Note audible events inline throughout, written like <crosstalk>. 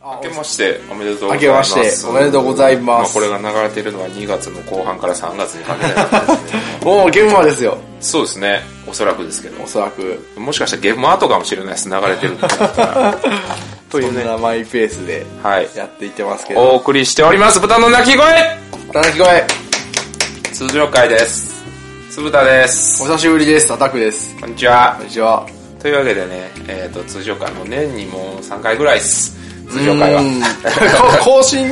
明けましておめでとうございます明けましておめでとうございますまあ、これが流れてるのは2月の後半から3月にかけて <laughs> なんですねもう現場ですよそうですねおそらくですけどおそら <laughs> くもしかしたらゲーム後かもしれないです流れ <laughs> てるのというなマイペースではいやっていってますけおど送りしております豚の鳴き声たたき声通常回ですつぶたですお久しぶりですアタックですこんにちはこんにちはというわけでね、えー、と通常回もう年にもう3回ぐらいっす通常回はうん <laughs> 更新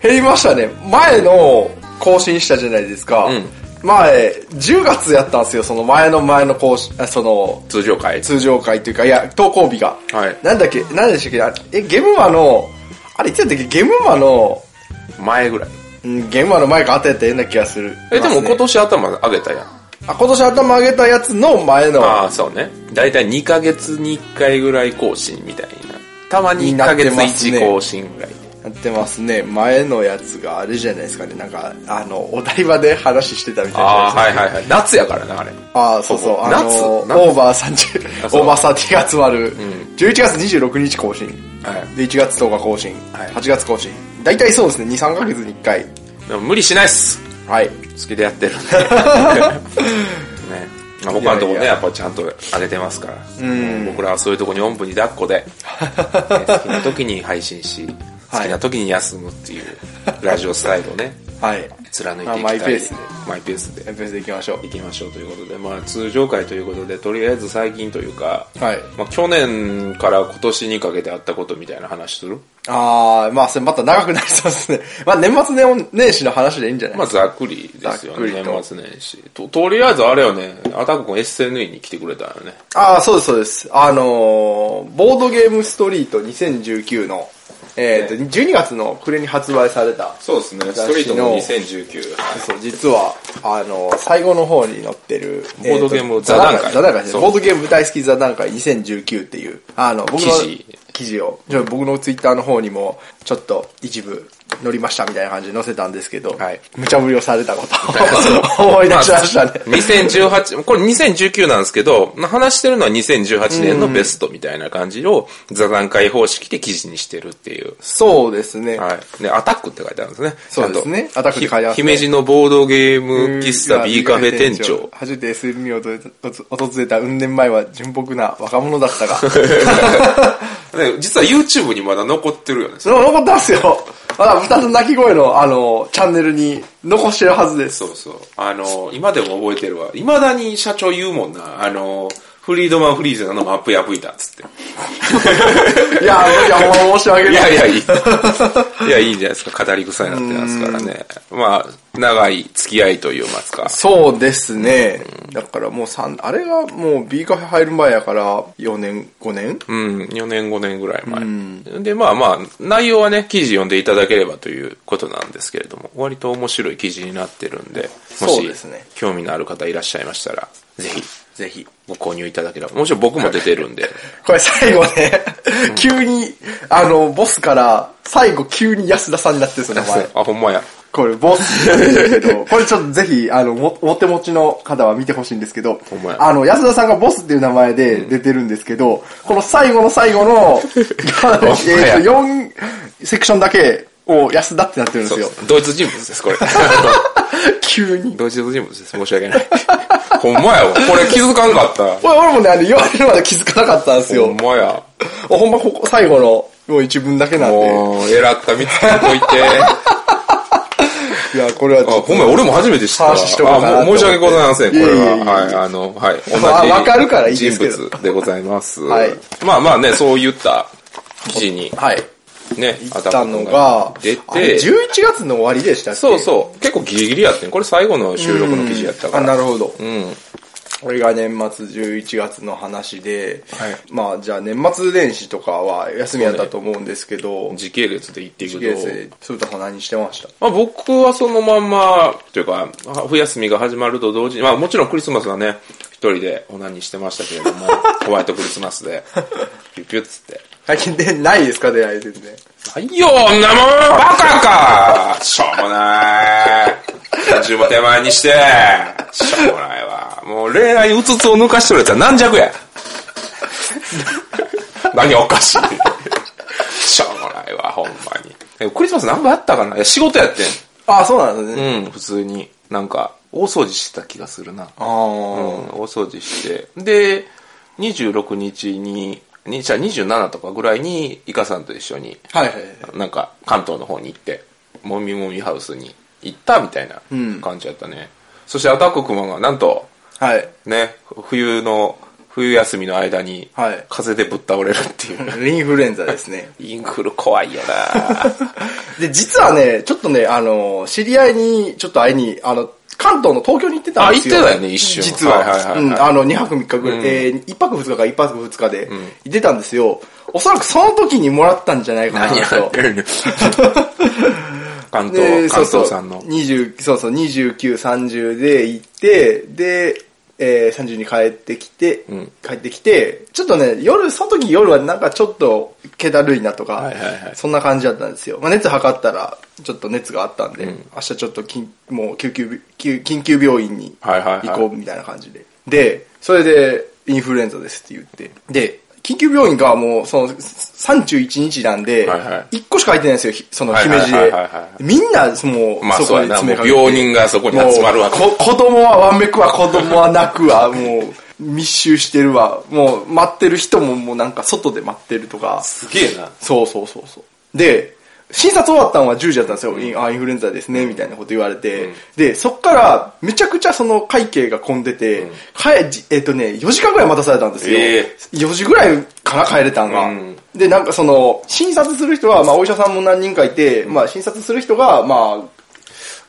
減りましたね前の更新したじゃないですか、うん前10月やったんですよその前の前の更新あその通常回通常回というかいや投稿日が、はいなんだっけ何でしたっけあえゲムマのあれいつやったっけゲムマの前ぐらいうんゲムマの前か当てたような気がするえでも今こと年頭上げたやんあ今年頭上げたやつの前のああ、そうね。だいたい2ヶ月に1回ぐらい更新みたいな。たまに1ヶ月になってます1ね更新ぐらい。やってますね前のやつがあれじゃないですかねなんかあのお台場で話してたみたいなああ、はいはいはい。夏やからな、あれ。ああ、そうそう。あの夏オ夏ーバーあ30、そうオーバー30が集まる。ん11月26日更新。はい。で、1月10日更新。はい8月更新。大体そうですね、2、3ヶ月に1回。でも無理しないっす。はい。好きでやってるんで。 <laughs> ね。まあ僕らのとこね、いやいややっぱちゃんと上げてますから。僕らはそういうとこにおんぶに抱っこ <laughs> で、ね好きな時に配信し、好はいきな時に休むっていうラジオスタイルをね、はい。貫いていきたい。まあマイペースで。マイペースで。エンペースでいきましょう行。きましょうということで、まあ、通常回ということでとりあえず最近というか、はいまあ、去年から今年にかけてあったことみたいな話する、ああ、まあ、それまた長くなりそうですね。まあ、年末年年始の話でいいんじゃないまあ、ざっくりですよねざっくりと年末年始ととりあえずあれよねアタック君 SNE に来てくれたよねああ、そうです、そうです。あのーボードゲームストリート2019の、えっと、12月の暮れに発売された。そうですねストリートも2019そう、実は、あの、最後の方に載ってる、ボードゲームえと座談会座談会ですそうボードゲーム大好き座談会2019っていう、あの、僕記の事記事を、ちょ僕のツイッターの方にも、ちょっと一部載りましたみたいな感じで載せたんですけど、はい無茶ぶりをされたこと <laughs> を思い出しましたね。 <laughs> 2018これ2019なんですけど、まあ、話してるのは2018年のベストみたいな感じを座談会方式で記事にしてるっていうそうですね。はい。ね、アタックって書いてあるんですね。そうですねちゃんとアタックって書いてありますひね姫路のボードゲーム喫茶 B カフェ店長。初めて SME を訪れ訪れた運年前は純朴な若者だったが、 <laughs> ね実は YouTube にまだ残ってるよね。それも残ったんすよ。まだ豚の鳴き声の、あの、チャンネルに残してるはずです。そうそう。あの、今でも覚えてるわ。未だに社長言うもんな。あの、フリードマンフリーゼなのマップ破いたっつって。いや、いや、ほんま申し訳ない。いやいや、いい。 <laughs> いや、いいんじゃないですか。語り草になってますからね。まあ、長い付き合いといいますか。そうですね。だからもう3、あれがもう B カフェ入る前やから、4年、5年うん、4年5年ぐらい前。で、まあまあ、内容はね、記事読んでいただければということなんですけれども、割と面白い記事になってるんで、もそうしですね興味のある方いらっしゃいましたら、ぜひぜひ。ご購入いただければ。もちろん僕も出てるんで、これ最後ね、急に、あの、ボスから、最後急に安田さんになってるんですよ、名前。あ、ほんまや。これ、ボスなんで <laughs> すけど、これちょっとぜひ、あの、もお手持ちの方は見てほしいんですけどほんま、やあの、安田さんがボスっていう名前で出てるんですけど、この最後の最後の、あの <laughs> ほんまやえっと、4セクションだけを安田ってなってるんでそうすよ。ドイツ人物です、 <laughs> これ。急に。ドイツ人物です。申し訳ない。ほんまやわ。これ気づかんかっ俺俺もね、あの、言われるまで気づかなかったんですた。ほよん。まや。ほんま、ここ、最後の、もう一文だけなんで。もう、偉った見つけといて。いや、これはちあ、ょっとほんまや、俺も初めて知ったわ。あ、話しとこうかなとも思っうて申し訳ございません、これいえいえいは。えはい、あの、はい。同じまあわかるからいいですけど人物でございます。 <laughs> はいまあまあね、そういった記事に、はい。ね、言ったのが、出あれて、 11月の終わりでしたっけそうそう、結構ギリギリやってん。これ最後の収録の記事やったかあ、ら。なるほど。うん。これが年末11月の話で、はいまあじゃあ年末年始とかは休みやったと思うんですけど、時系列で言っていくゲーと、セスータさん何してましたまあ僕はそのまんま、というか、あ冬休みが始まると同時に、まあもちろんクリスマスはね、一人でオナニーしてましたけれども、ホワイトクリスマスで、 <laughs> ピュッピュッつって。最近でないですか出会い全然。ないよ、女もんバカかしょうもない40も手前にしてしょうもないわ。もう恋愛うつつを抜かしてるやつは軟弱や何がおかしいしょうもないわ、ほんまに。えクリスマスなんかあったかないや、仕事やってああ、そうなんですね。ん。うん、普通に。なんか、大掃除してた気がするな。あうん、あ、大掃除して。で、26日に、にじゃあ27とかぐらいに、イカさんと一緒に、はいはいはい。なんか、関東の方に行って、もみもみハウスに行ったみたいな感じやったね。そして、アタック君は、なんと、はい。ね、冬の、冬休みの間に、はい風でぶっ倒れるって <laughs> いう。インフルエンザです <laughs> ね。インフル怖いよなで、実はね、ちょっとね、あの、知り合いに、ちょっと会いに、あの、関東の東京に行ってたんですよ。あ行ってたよね一瞬実はいはいは。はういはいん、あの、2泊3日ぐらい、えー、1泊2日か1泊2日で、行ってたんですよ。おそらくその時にもらったんじゃ <laughs> ないかな何やっとて。るの <laughs> 関で東、関そう東そさうんの。 20そうそう、29、30で行って、で、えー、30に帰ってきて、ん帰ってきて、ちょっとね、夜、その時夜はなんかちょっと気だるいなとか、はいはいはいそんな感じだったんですよ。まあ、熱測ったら、ちょっと熱があったんで、明日ちょっときんもう救急救緊急病院にはいはいはい行こうみたいな感じで。で、それで、インフルエンザですって言って。で、緊急病院がもう、その、31日なんで、はいはい1個しか空いてないんですよ、ひそのはいはい姫はい路はいではい。みんな、その、まあそうやな、もうかけて病人がそこに集まるわけ。もうこ子供はわめくわ、子供は泣くわ、もう、密集してるわ、もう、待ってる人ももうなんか外で待ってるとか。すげえな。そうそうそうそう。で、診察終わったのは10時だったんですよ。インあ、インフルエンザですね、みたいなこと言われて。で、そっから、めちゃくちゃその会計が混んでて、帰じえっとね、4時間ぐらい待たされたんですよ。ええ4時ぐらいから帰れたんが。うんで、なんかその、診察する人は、まあ、お医者さんも何人かいて、まあ、診察する人が、まあ、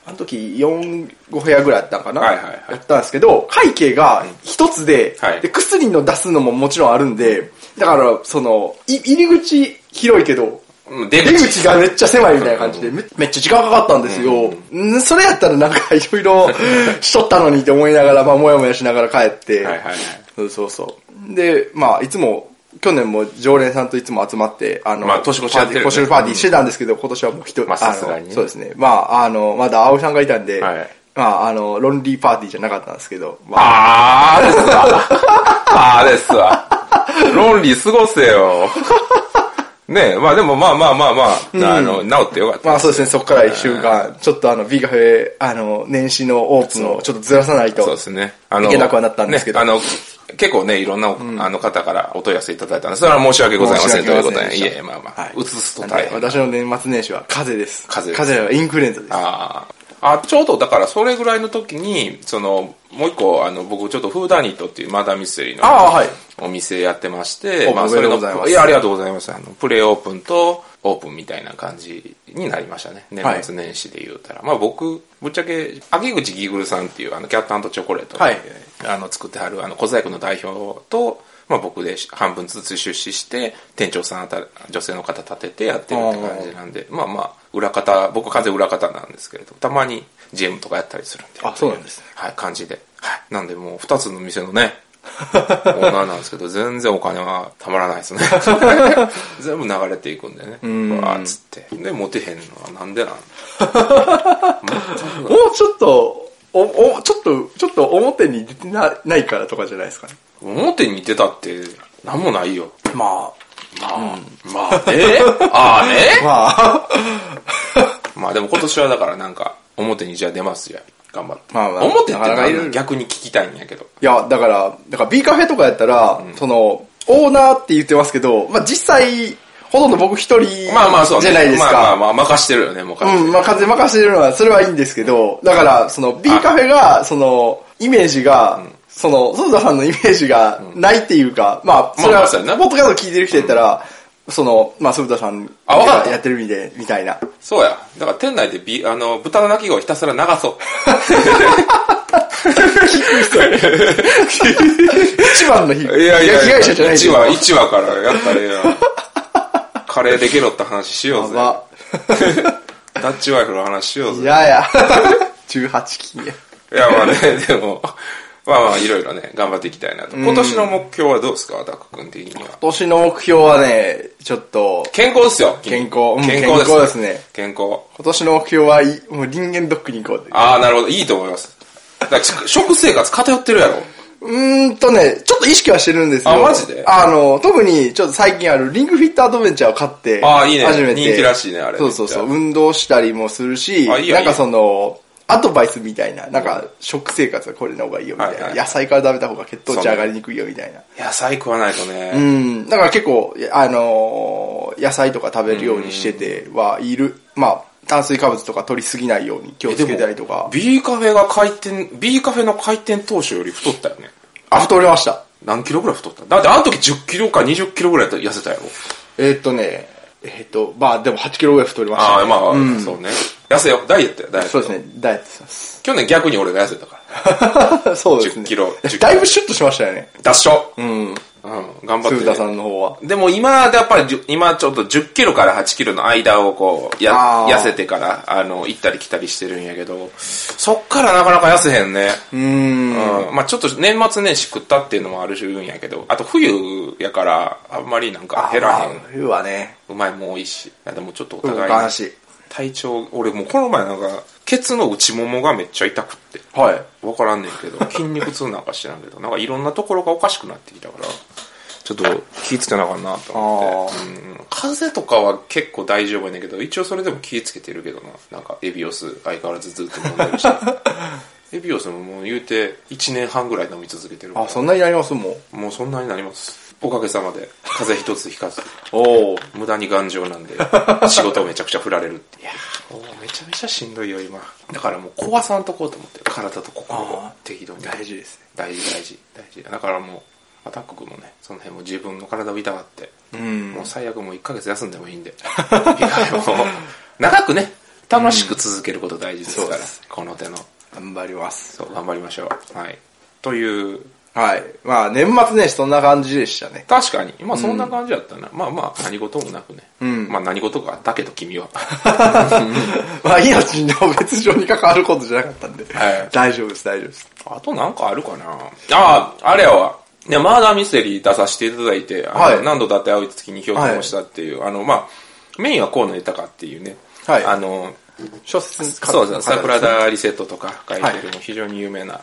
あの時、4、5部屋ぐらいあったんかな。はいはいはいやったんですけど、会計が一つで、はいで、薬の出すのももちろんあるんで、だから、その、い入り口広いけど、うん出出口がめっちゃ狭いみたいな感じで、めめっちゃ時間かかったんですよ。んそれやったらなんかいろいろ <laughs> しとったのにって思いながら、まあ、もやもやしながら帰って、はいはいはいそうそうそう。で、まあ、いつも、去年も常連さんといつも集まって、あの、まあ年越しやってるねパーティー年越しパーティーしてたんですけど、今年はもう一人、まあさすがにねのそうですね。まあ、あの、まだ青井さんがいたんで、はいまあ、あの、ロンリーパーティーじゃなかったんですけど、まあ、あーですわ。あーですわ。ロンリー過ごせよ。ねえ、まあでもまあまあまあまあ、あの、治ってよかった。まあそうですね、そこから一週間、ちょっとあの、B カフェ、あの、年始のオープンをちょっとずらさないと。そうですね。あの、いけなくはなったんですけどね、あの、結構ね、いろんな、あの方からお問い合わせいただいたんで、それは申し訳ございません申しというこ訳ごとざいませんで、でいしえたいえ、まあまあ、うつすとなんで大変。私の年末年始は風邪です。風邪です風邪はインフルエンザです。ああ。あ、ちょうどだからそれぐらいの時に、その、もう一個、あの、僕ちょっとフーダニットっていうマダーミステリーのああはいお店やってまして、おまあおそめでれとのうございま、すいや、ありがとうございます。あの、プレイオープンとオープンみたいな感じになりましたね。年末年始で言うたら。まあ僕、ぶっちゃけ、秋口ギグルさんっていう、あの、キャットチョコレートの、はいあの、作ってはる、あの、小細工の代表と、まあ僕で半分ずつ出資して、店長さんあたり、女性の方立ててやってるって感じなんで、まあまあ、裏方、僕完全裏方なんですけれど、たまに GM とかやったりするんで。あそうなんですね。はい、感じで。はい。なんでもう二つの店の <laughs> ね、オーナーなんですけど、全然お金はたまらないです <laughs> ね。全部流れていくんでね。うわーっつって。で、モテへんのはなんでなんもうちょっと、お、お、ちょっと、ちょっと表に出てなないからとかじゃないですかね。表に出たって、なんもないよ。ままあ、まあ <laughs> ね。ああねあ、。まあ、 <laughs> まあでも今年はだからなんか、表にじゃあ出ますじゃあ頑張って。まあまあ表ってなかなかい何ろないんろ逆に聞きたいんやけど。いや、だから、だから B カフェとかやったら、その、オーナーって言ってますけど、まあ実際、ほとんど僕一人じゃまあまなあそうね、いですか。まあまあまあ、任してるよね、もう完全うにん、まあ、風任せてるのは、それはいいんですけど、だから、その B カフェが、その、イメージが、その、園田さんのイメージがないっていうか、まあ、それまあまはあそうや、なポッドキャスト聞いてる人やったら、その、まあ、園田さんあわかっがたやってる意味で、みたいな。そうや。だから店内でビ、あの、豚の鳴き声ひたすら流そう。一番の被害被害者じゃないです1よ。話、一話からやったらええやん。カレーでゲロって話しようぜ。まダッチワイフの話しようあ、ぜい。やい <laughs> や。18期や。いや、まあね、でも、まあまあ、いろいろね、頑張っていきたいなと。今年の目標はどうですか、ダック君的には。今年の目標はね、ちょっと、健康ですよ。健康うん健康です。健康ですね。健康。今年の目標は、いもう人間ドックに行こうって。ああ、なるほど。いいと思います。だからし食生活偏ってるやろ。うーんとね、ちょっと意識はしてるんですよ。あマジであの、特にちょっと最近あるリングフィットアドベンチャーを買って、あいいね初めて。人気らしいねあれそうそうそう。め運動したりもするし、あいいよなんいいよかその、アドバイスみたいな、なんか食生活はこれの方がいいよみたいな。はいはい野菜から食べた方が血糖値上がりにくいよみたいな。野菜食わないとうね、ん。だから結構、あのー野菜とか食べるようにしててはいる。まあ、炭水化物とか取りすぎないように気をえでつもけたりとか。 B カフェが開店 B カフェの開店当初より太ったよねあ、太りました。何キロぐらい太っただってあの時10キロか20キロぐらい痩せたやろえーっとね、えーっと、まあでも8キロぐらい太りました、ああまあ、そうね痩せようダイエットよダイエットそうですね、ダイエットしてます。去年逆に俺が痩せたからそうですね。 10キロ10キロだいぶシュッとしましたよね。脱走う、うんん。頑張って、鈴田さんの方は。でも今、やっぱりじゅ、今ちょっと10キロから8キロの間をこう、や、あー痩せてから、あの、行ったり来たりしてるんやけど、そっからなかなか痩せへんね。うーん。うんまあちょっと年末年始食ったっていうのもあるんやけど、あと冬やから、あんまりなんか減らへん。冬はね、うまいもん多いし。いやでもちょっとおお互いかに、しい。体調、俺もうこの前なんか、ケツの内ももがめっちゃ痛くって。はい。わからんねんけど、 <laughs> 筋肉痛なんか知らんけど、なんかいろんなところがおかしくなってきたから、ちょっと気ぃつけなあかんなと思って。うん風邪とかは結構大丈夫やねんけど、一応それでも気ぃつけてるけどな。なんかエビオス相変わらずずっと飲んで <laughs> るし。エビオスももう言うて1年半ぐらい飲み続けてるかあ、ら、そんなになりますもう。もうそんなになります。おかげさまで、風邪一つひかず、おお。無駄に頑丈 <laughs> なんで、仕事をめちゃくちゃ振られるって。いやーもうめちゃめちゃしんどいよ今。だからもう壊さんとこうと思って、体と心を適度に。大事ですね。大事大事大事だからもうアタック君もねその辺も自分の体をいたわって、うんもう最悪もう1ヶ月休んでもいいんでいやもう <laughs> 長くね楽しく続けること大事ですから、そうですこの手の頑張ります。そう頑張りましょうはいというはい。まあ、年末年始そんな感じでしたね。 <laughs> 確かにまあそんな感じだったな、まあまあ何事もなくね、まあ何事かあったけど君はまあ、命の別状に関わることじゃなかったんで。はい大丈夫です、大丈夫です。あとなんかあるかなああ、あれやわ。ね、マーダーミステリー出させていただいて、あのはい何度だって青い月に表現をしたっていう、あの、まあ、メインは河野豊っていうね、はいあの、小説そうですね、桜田。田リセットとか書いてるも非常に有名な、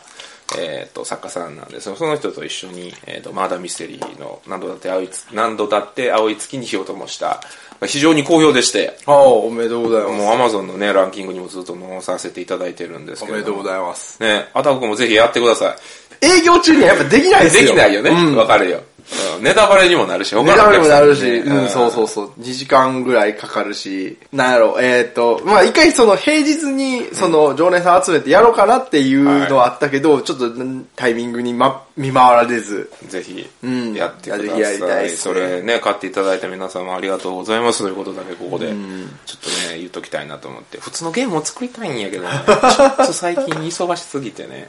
えっと、作家さんなんですその人と一緒に、えっと、マーダーミステリーの何度だって青い月、何度だって青い月に表現をした、非常に好評でして、ああ、おめでとうございます。もう Amazon のね、ランキングにもずっと載させていただいてるんですおけめれでとどうごも、ざいます。ね、あたくんもぜひやってください。営業中にはやっぱできないですでよ。きないよね。うわ、んかるよ。うんネタバレにもなるし、他の値段にもなるし、お客さんにうねん、そうそうそう。2時間ぐらいかかるし、なんやろ、えっ、と、まあ一回その平日に、その常連さん集めてやろうかなっていうのはあったけど、ちょっとんタイミングに、ま、見回られず。ぜひん、やってくだやりたさいい。っすそねれね、買っていただいた皆様ありがとうございますということだけ、ここで、ちょっとね、言っときたいなと思って。普通のゲームを作りたいんやけどね、ちょっと最近忙しすぎてね、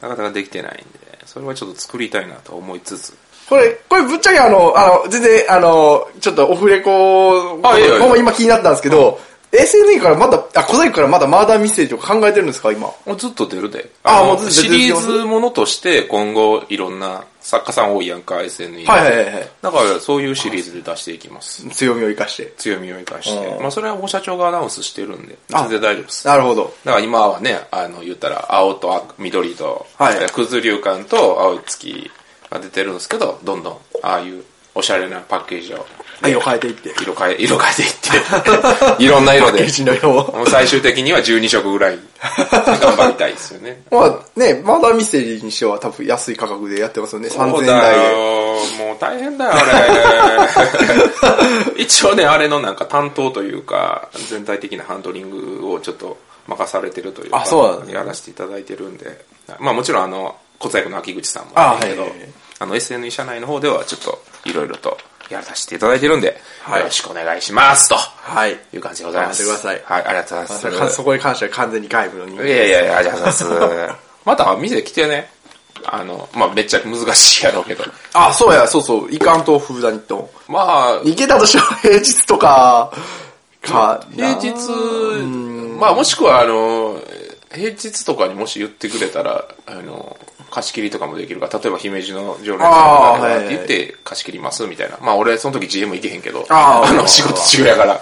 なかなかできてないんで、それはちょっと作りたいなと思いつつ。これ、これぶっちゃけあの、あの、全然あの、ちょっとオフレコ、あいいよいいよここ今気になったんですけど、SNE からまだ、あ、小細工からまだマーダーミステリーとか考えてるんですか、今。もうずっと出るで。ああのもうずっシと出てリきーますズものとして、今後、いろんな作家さん多いやんか、SNE。はいはいはいはい。だから、そういうシリーズで出していきます。強みを生かして。強みを生かして、うんまあそれはもう社長がアナウンスしてるんで、あ全然大丈夫です。だなるほど。から今はね、あの、言ったら、青と赤緑と、はいえーくず流感と青い月が出てるんですけど、どんどん、ああいうおしゃれなパッケージを、愛を変えていって。 <laughs> 色変え、色変えていって、いろんな色で、一の色を。もう最終的には12色ぐらい、頑張りたいですよね。まあね、マーダーミステリーにしては多分安い価格でやってますよね、そ3000う円だよ台で。。もう大変だ <laughs> よ、あれ。一応ね、あれのなんか担当というか、全体的なハンドリングをちょっと任されてるというか、あそうなんだやらせていただいてるんで。まあもちろん、あの、小細工の秋口さんもあですけど、はいあ,、はいはいの、SNE 社内の方ではちょっと、いろいろとやらせていただいてるんで、はいよろしくお願いしますと。はい。いう感じでございます。頑張ってくだはい、ありがとうございそれまかすそ。こに関しては完全に外部の人い間。やいやいや、ありがとうございます。また店来てね。あの、まあめっちゃ難しいやろうけど。あ、そうや、そうそう、いかんとフーダニット。まあ、行けたとしては平日とか、か、平日、まあもしくはあの、平日とかにもし言ってくれたら、あの、貸し切りとかもできるから、例えば姫路の常連さんとかあーって言って貸し切りますみたいな。まあ俺その時 GM 行けへんけど、あーの仕事中やから。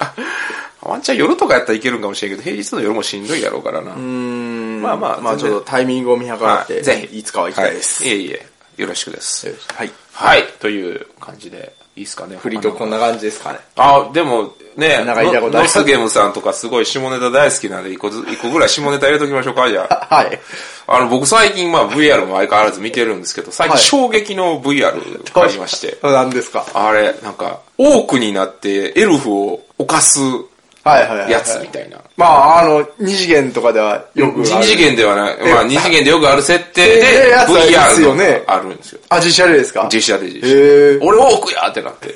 ワンチャン夜とかやったらいけるんかもしれんけど、平日の夜もしんどいやろうからな。うーん。まあまあ、まあちょっとタイミングを見計らって、はいぜひいつかは行きたいです。はい、いえいえ、よろしくです。はい。はい、という感じで、いいですかね。フリートークこんな感じですかね。あ、でもね、なんか言いたいことありますノノスゲームさんとかすごい下ネタ大好きなんで、一個ず一個ぐらい下ネタ入れときましょうか、じ <laughs> ゃあ。はい。あの、僕最近、まあ VR も相変わらず見てるんですけど、最近はい衝撃の VR がありまして、何ですかあれ、なんか、オークになってエルフを犯すはいはいはい。やつみたいな。まあ、あの、二次元とかではよくある。人次元ではない、まあえ二次元でよくある設定ええでやつですよ VR ねがあるんですよ。あ、実写でですか実写で実へ写。え。俺オークやってなって。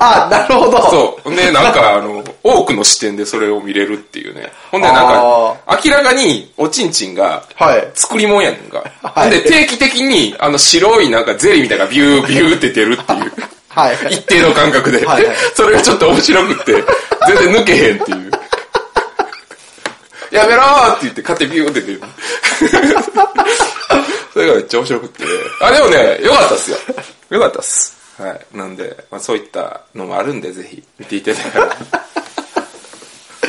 あ、なるほ <laughs> ど。そう。で、なんか、あの、多くの視点でそれを見れるっていうね。ほんで、なんあか、明らかに、おちんちんが、はい作り物やねんが。ほんで、定期的に、あの、白いなんかゼリーみたいなビュービューって出るって <laughs> いう。はい。一定の感覚ではいはい。 <laughs> それがちょっと面白くって、全然抜けへんっていう。やめろーって言って、勝手にビューって出る。それがめっちゃ面白くって。あ、でもね、よかったっすよ。よかったっす。はい。なんで、まあ、そういったのもあるんで、ぜひ見ていただけたら。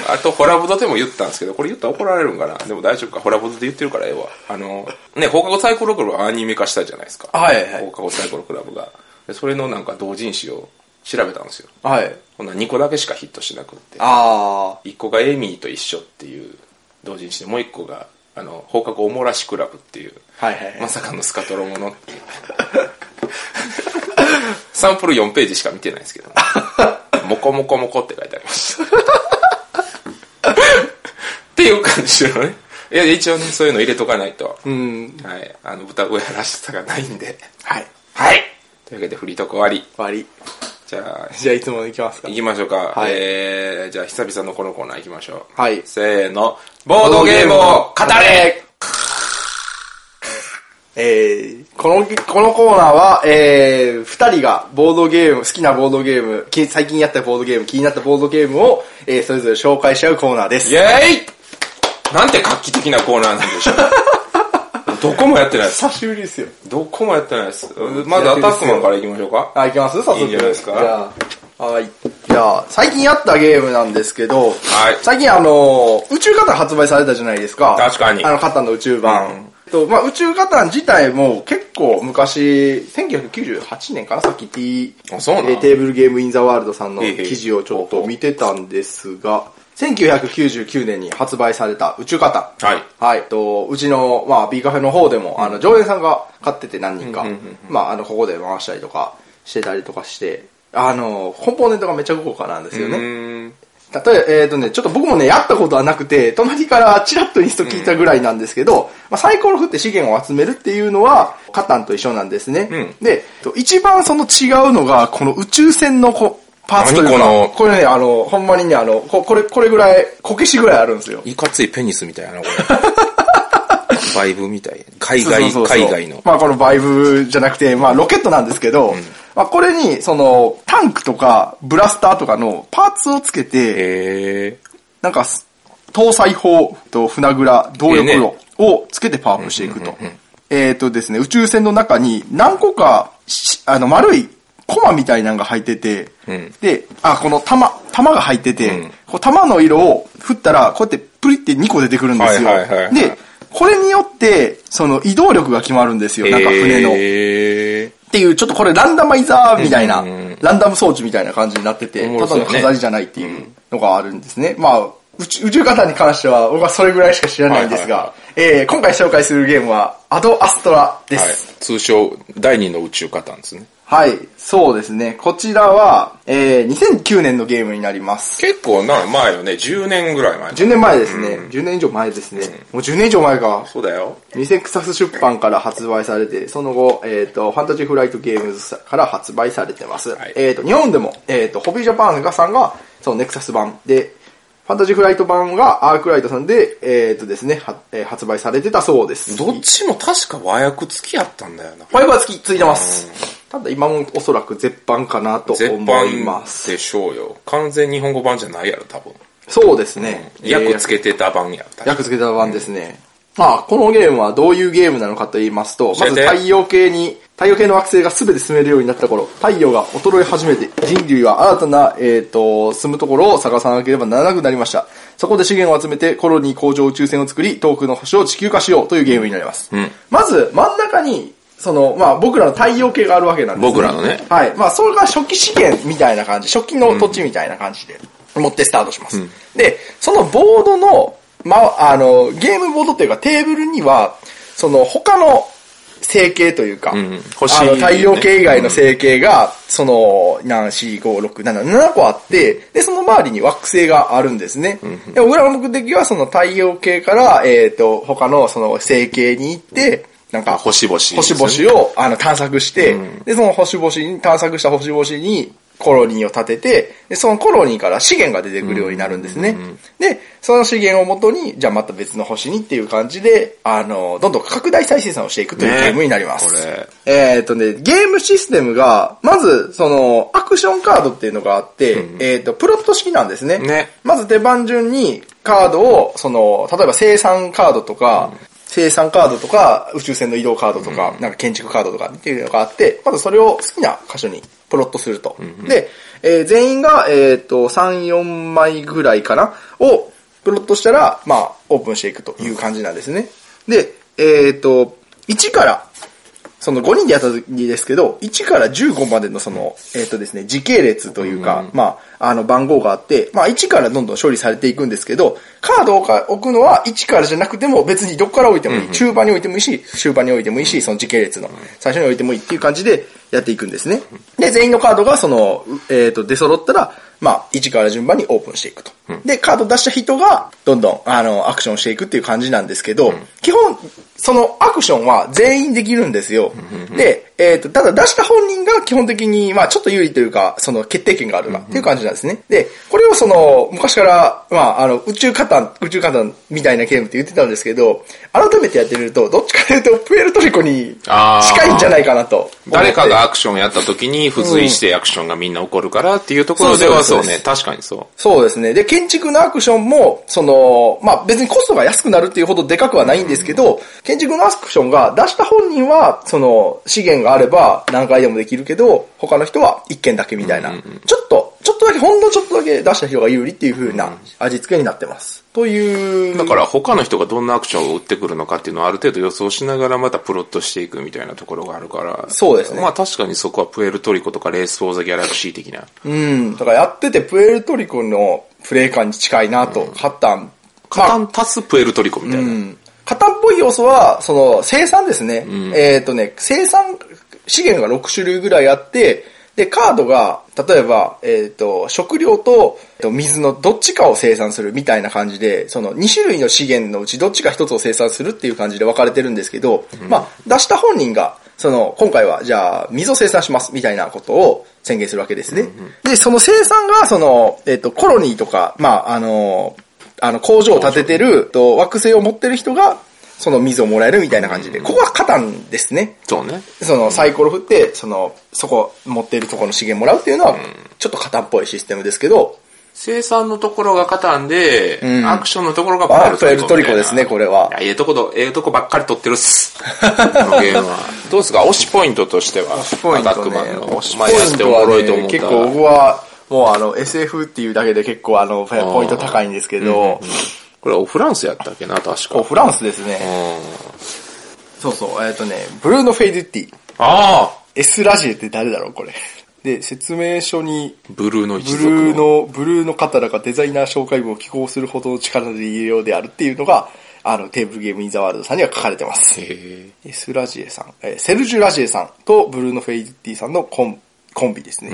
あと、ホラボドでも言ったんですけど、これ言ったら怒られるんかなでも大丈夫か、ホラボドで言ってるからええわ。あの、ね、放課後サイコロクラブはアニメ化したじゃないですか。はいはい放課後サイコロクラブが。でそれのなんか同人誌を調べたんですよ。はい。ほんなら2個だけしかヒットしなくって。あ1個がエミーと一緒っていう同人誌で、もう1個が、あの、放課後おもらしクラブっていう。あ。はいはい。まさかのスカトロものっていう。サンプル4ページしか見てないんですけど、ね、モコモコモコって書いてありました。っていう感じのね。いや、一応ね、そういうの入れとかないと。うん。はい。あの、歌声らしさがないんで。はい。はい。というわけで、フリートーク終わり。終わり。じゃあ、じゃあ、いつもの行きますか行。きましょうか。はいえー、じゃあ、久々のこのコーナー行きましょう。はいせーの、ボードゲームを語れえー、この、このコーナーは、えー、二人がボードゲーム、好きなボードゲーム、き最近やったボードゲーム、気になったボードゲームを、えー、それぞれ紹介し合うコーナーでイす。ェーイなんて画期的なコーナーなんでしょ <laughs> う。どこもやってないです。久しぶりですよ。どこもやってないです。まずアタックマンから行きましょうか。あ、いきます早速。いいんじゃないですかじゃあ、はい。じゃあ、最近やったゲームなんですけど、はい最近あのー、宇宙カタン発売されたじゃないですか。確かにあの、カタンの宇宙版。うんとまあ、宇宙カタン自体も結構昔、1998年かなさっき T、あそうなんえーテーブルゲームインザワールドさんのへいへい記事をちょっと見てたんですが、1999年に発売された宇宙カタン。はい。はい、とうちの、まあ、B カフェの方でも、あの常連さんが買ってて何人か、まあ、あのここで回したりとかしてたりとかしてあのコンポーネントがめっちゃ豪華なんですよね、うーん例えば、えーとね、ちょっと僕もね、やったことはなくて、隣からチラッとインスト聞いたぐらいなんですけど、まあ、サイコロ振って資源を集めるっていうのは、カタンと一緒なんですね。んで、と一番その違うのが、この宇宙船のこパーツというか、何このれね、あの、ほんまにね、あの、ここれ、これぐらい、こけしぐらいあるんですよ。いかついペニスみたいやな、これ。 <laughs> バイブみたい。海外、そうそうそうそう海外の。まあこのバイブじゃなくて、まあロケットなんですけど、まあこれに、その、タンクとかブラスターとかのパーツをつけて、へなんかす、搭載砲と船倉、動力炉をつけてパワーアップしていくと。えっとですね、宇宙船の中に何個かし、あの、丸い、コマみたいなのが入ってて、んで、あ、この玉、玉が入ってて、うんこう玉の色を振ったら、こうやってプリって2個出てくるんですよ。はいはいはいはいで、これによって、その移動力が決まるんですよ、え。なんか船の。へっていう、ちょっとこれランダマイザーみたいな、うんうんうんランダム装置みたいな感じになってて、面た白だそうのね飾りじゃないっていうのがあるんですね。まあ、宇宙宇宙型に関しては、僕はそれぐらいしか知らないんですが、はいはえー今回紹介するゲームは、アドアストラでーはいす。。通称、第二の宇宙カタンですね。はい、そうですね。こちらは、えー2009年のゲームになります。結構な、前よね。10年ぐらい前。 10年前ですね。10年以上前ですね。もう10年以上前か。そうだよ。ニセクサス出版から発売されて、その後、えっ、と、ファンタジーフライトゲームズから発売されてます。はいえっ、と、日本でも、えっ、と、ホビージャパンがさんが、そのネクサス版で、ファンタジーフライト版がアークライトさんで、えっ、とですね、はえー発売されてたそうです。どっちも確か和訳付き合ったんだよな。ファイブはつき、ついてます。ただ今もおそらく絶版かなと絶思い版ます。でしょうよ。完全日本語版じゃないやろ、多分。そうですね。訳つけてた版やろ、多分訳付けた版ですね。まあ、このゲームはどういうゲームなのかと言いますと、教まえずて太陽系に、太陽系の惑星が全て住めるようになった頃、太陽が衰え始めて、人類は新たな、えっ、と、住むところを探さなければならなくなりました。そこで資源を集めて、コロニー工場宇宙船を作り、遠くの星を地球化しようというゲームになります。うんまず、真ん中に、その、まあ、僕らの太陽系があるわけなんです僕らのねはい。まあ、それが初期資源みたいな感じ、初期の土地みたいな感じで、持ってスタートします。で、そのボードの、まあ、あの、ゲームボードというかテーブルには、その他の成形というか、ん星あの太陽系以外ねうのん成形が、その、何、4、5、6、7、7個あって、で、その周りに惑星があるんですね。で、僕らの目的はその太陽系から、えっ、と、他のその成形に行って、なんか、星々ですね星々を、あの、探索して、で、その星々に、探索した星々に、コロニーを建てて、で、そのコロニーから資源が出てくるようになるんですね。で、その資源をもとに、じゃあまた別の星にっていう感じで、あの、どんどん拡大再生産をしていくというねゲームになります。これえーっ、とね、ゲームシステムが、まず、その、アクションカードっていうのがあって、えーっ、と、プロット式なんですね。ねまず手番順にカードを、その、例えば生産カードとか、生産カードとか、宇宙船の移動カードとか、なんか建築カードとかっていうのがあって、まずそれを好きな箇所にプロットすると。で、えー全員が、えーっ、と、3、4枚ぐらいかな、をプロットしたら、まあ、オープンしていくという感じなんですね。で、えーっ、と、1からその5人でやった時ですけど、1から15までのその、えっ、とですね、時系列というか、まあ、あの番号があって、まあ1からどんどん処理されていくんですけど、カードをか置くのは1からじゃなくても別にどこから置いてもいい。中盤に置いてもいいし、終盤に置いてもいいし、その時系列の最初に置いてもいいっていう感じでやっていくんですね。で、全員のカードがその、うえっ、と、出揃ったら、まあ1から順番にオープンしていくと。で、カード出した人がどんどん、あの、アクションしていくっていう感じなんですけど、基本、そのアクションは全員できるんですよ。で、えっ、と、ただ出した本人が基本的に、まあちょっと有利というか、その決定権があるなっていう感じなんですね。で、これをその、昔から、まああの、宇宙カタン、宇宙カタンみたいなゲームって言ってたんですけど、改めてやってみると、どっちかというと、プエルトリコにあー近いんじゃないかなと思って。誰かがアクションやった時に付随してアクションがみんな起こるからっていうところではそそううですね、確かにそそうですね。で、建築のアクションも、その、まあ、別にコストが安くなるっていうほどでかくはないんですけど、建築のアクションが出した本人は、その、資源があれば何回でもできるけど、他の人は1件だけみたいな、ちょっと、ちょっとだけ、ほんのちょっとだけ出した人が有利っていう風な味付けになってます。という。う。だから他の人がどんなアクションを打ってくるのかっていうのはある程度予想しながらまたプロットしていくみたいなところがあるから。そうですねまあ確かにそこはプエルトリコとかレース・フォー・ザ・ギャラクシー的な。うん。だからやってて、プエルトリコのプレイ感に近いなと、カタン。カタン足すプエルトリコみたいな。カタンっぽい要素は、その、生産ですね。えっ、とね、生産資源が6種類ぐらいあって、で、カードが、例えば、えっ、と、食料とえっと水のどっちかを生産するみたいな感じで、その2種類の資源のうちどっちか1つを生産するっていう感じで分かれてるんですけど、まあ、出した本人が、その、今回は、じゃあ、水を生産します、みたいなことを宣言するわけですね。で、その生産が、その、えっ、と、コロニーとか、まあ、あの、あの、工場を建ててる、と惑星を持ってる人が、その水をもらえるみたいな感じで、ここはカタンですね。そうね。そのサイコロ振って、その、そこ持っているところの資源もらうっていうのは、ちょっとカタンっぽいシステムですけど、生産のところがカタンで、んアクションのところがあプエルトリコですね、これ。れは。いや、ええとこど、ええとこばっかり取ってるっ <laughs> す。このゲームは。どうですか推しポイントとしては。アタックマンの。まあ、やっておもろいと思った結構僕は、もうあの、SF っていうだけで結構あの、ポイント高いんですけど、これ、フランスやったっけな、確こうか。フランスですね。そうそう、えっ、とね、ブルーノ・フェイディッティ。ああ S ラジエって誰だろう、これ。で、説明書に、ブルーのブ一族ルーの。の、ブルーの方らがデザイナー紹介文を寄稿するほどの力の利用であるっていうのが、あの、テーブルゲームインザワールドさんには書かれてます。へエスラジエさん、えーセルジュ・ラジエさんとブルーノ・フェイディティさんのコンコンビですね。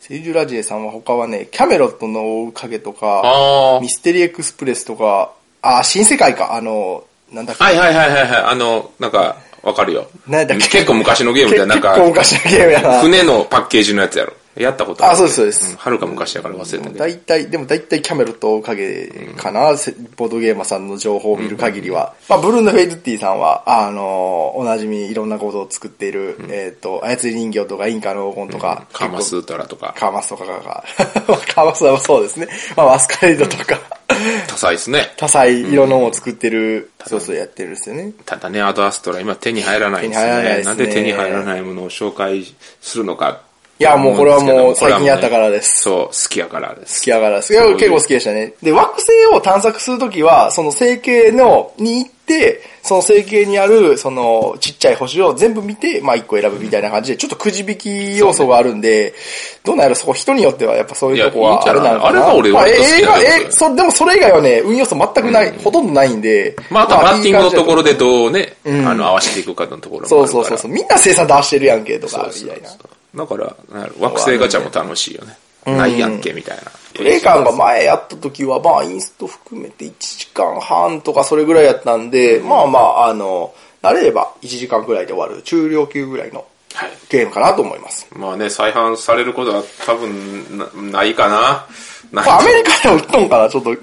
セルジュ・ラジエさんは他はね、キャメロットの追う影とあか、あミステリーエクスプレスとか、あー、新世界か、あの、なんだっけ、はいはいはいはいはい。あの、なんか、わかるよ。なんだっけ結構昔のゲームじゃ、なんか結、構昔のゲームやな。船のパッケージのやつやろ。やったことあそうですそうですはるか昔やから忘れたけど。大体、でも大体キャメロットおかげかな、せボードゲーマーさんの情報を見る限りは。まあ、ブルーノ・フェイルティさんは、あのーおなじみいろんなことを作っている、えっ、と、操り人形とかインカの黄金とか、カマスータラとか。 <laughs> カーマスとかが、カーマスはそうですね。まあ、マスカレードとか、多彩ですね。多彩、いろんなものを作ってる、そうそうやってるんですよね。ただね、アドアストラ、今手に入らないです手に入らないね。ですねなんで手に入らないものを紹介するのか。いやもうこれはもうこれは最ね近やったからですそう、好きやからで好す。きやからです。いや、結構好きでしたね。で、惑星を探索するときは、その星系の、に行って、その星系にある、その、ちっちゃい星を全部見て、まあ一個選ぶみたいな感じで、ちょっとくじ引き要素があるんで、どうなんやろ、そこ人によってはやっぱそういうとこいやいいんはじあゃなれいなのかな。あれが俺まあ、割と好映きなん画、ですよえ、そ、でもそれ以外はね、運要素全くない、ほとんどないんで。まあ、あとはバッティングのところで。でどうね、あの、合わせていくかのところもあるかそら。うそうそうそう。みんな生産出してるやんけ、とか、そうみそうたいな。そうだから、なんやろ惑星ガチャも楽しいよね。ないやんけ、みたいな。プレイ感が前やった時は、まあ、インスト含めて1時間半とかそれぐらいやったんで、まあまあ、あの、慣れれば1時間ぐらいで終わる中量級ぐらいのはいゲームかなと思います。まあね、再販されることは多分なないかな。まあ、アないメリカでも売っとんから、ちょっと、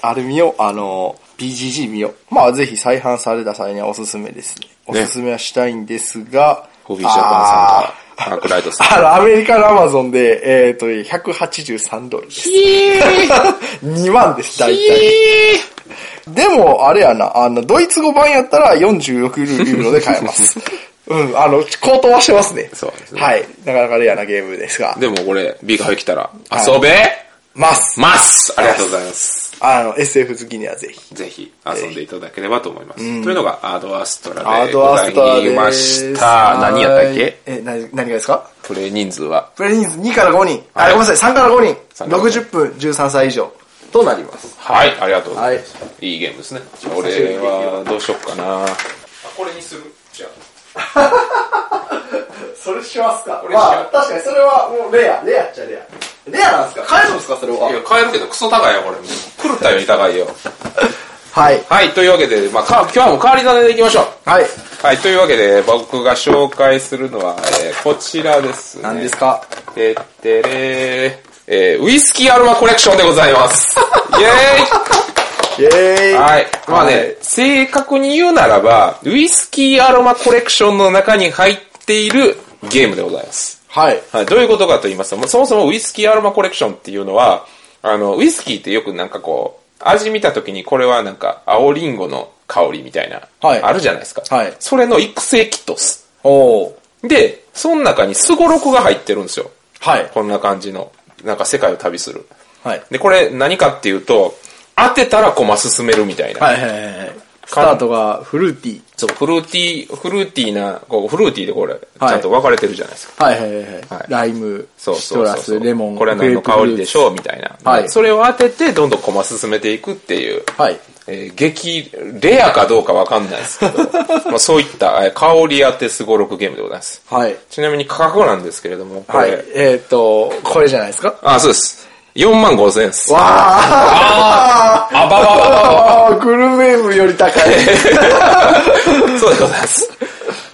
あれ見よう、あの、BGG 見よう。まあ、ぜひ再販された際にはおすすめですね。おすすめはしたいんですが、ホビージャパンさんとか、アークライト <laughs> さんとあか。の、アメリカのアマゾンで、えっ、と、183ドルです。2万です、大体。でも、あれやな、あの、ドイツ語版やったら46ユーロで買え <laughs> ます。うん、あの、高騰はしてますね。そうですねはい。なかなかレアなゲームですが。でもこれ、B カフェ来たら、遊べます。ますありがとうございます。あの、SF 好きにはぜひ。ぜひ遊んでいただければと思います。というのがアードアストラアでドごアざストラいでました。何やったっけえ、何、何がですかプレイ人数は。プレインズ2から5人。あ、はいごめんなさい、3から5人。 3から5 60分、13歳以上となります。はい、ありがとうございます。いいゲームですね。じゃあ俺はどうしよっかな。これにするじゃそれしますかれしよう確かにそれはもうレア、レアっちゃレア。レアなんですか買えるんですかそれはいや、買えるけどクソ高いよ、これ。狂ったように高いよ。はい。はい、というわけで、まあ、か今日はもう変わり種でいきましょう。はい。はい、というわけで、僕が紹介するのは、えーこちらですね。何ですかてってれー。えーウイスキーアロマコレクションでござい <laughs> ます。イェイェーイーイはい。まあね、正確に言うならば、ウイスキーアロマコレクションの中に入っているゲームでございます。はい。はい、どういうことかと言いますと、まあそもそもウイスキーアロマコレクションっていうのは、あの、ウイスキーってよくなんかこう、味見た時にこれはなんか青リンゴの香りみたいな、はいあるじゃないですか。はいそれの育成キットス。おー。で、その中にスゴロクが入ってるんですよ。はい。こんな感じの、なんか世界を旅する。はい。で、これ何かっていうと、当てたら駒進めるみたいな。はいはいはい。スタートがフルーティー。そう、フルーティー、フルーティーな、こうフルーティーでこれ、ちはいゃんと分かれてるじゃないですか。はいはいはい。ははいい、ライム、そうシそトうラそうそうス、レモン、これは何の香りでしょうみたいな。はいそれを当てて、どんどん駒進めていくっていう。はいえー激、レアかどうかわかんないですけど、まあそういった、えー香り当てすごろくゲームでございます。はい。ちなみに価格なんですけれども、こはいれ。。えっ、ー、と、これじゃないですかあ、そうです。4万5千円です。わあばばばばばあーグルメ部より <laughs> 高い。そうでございます。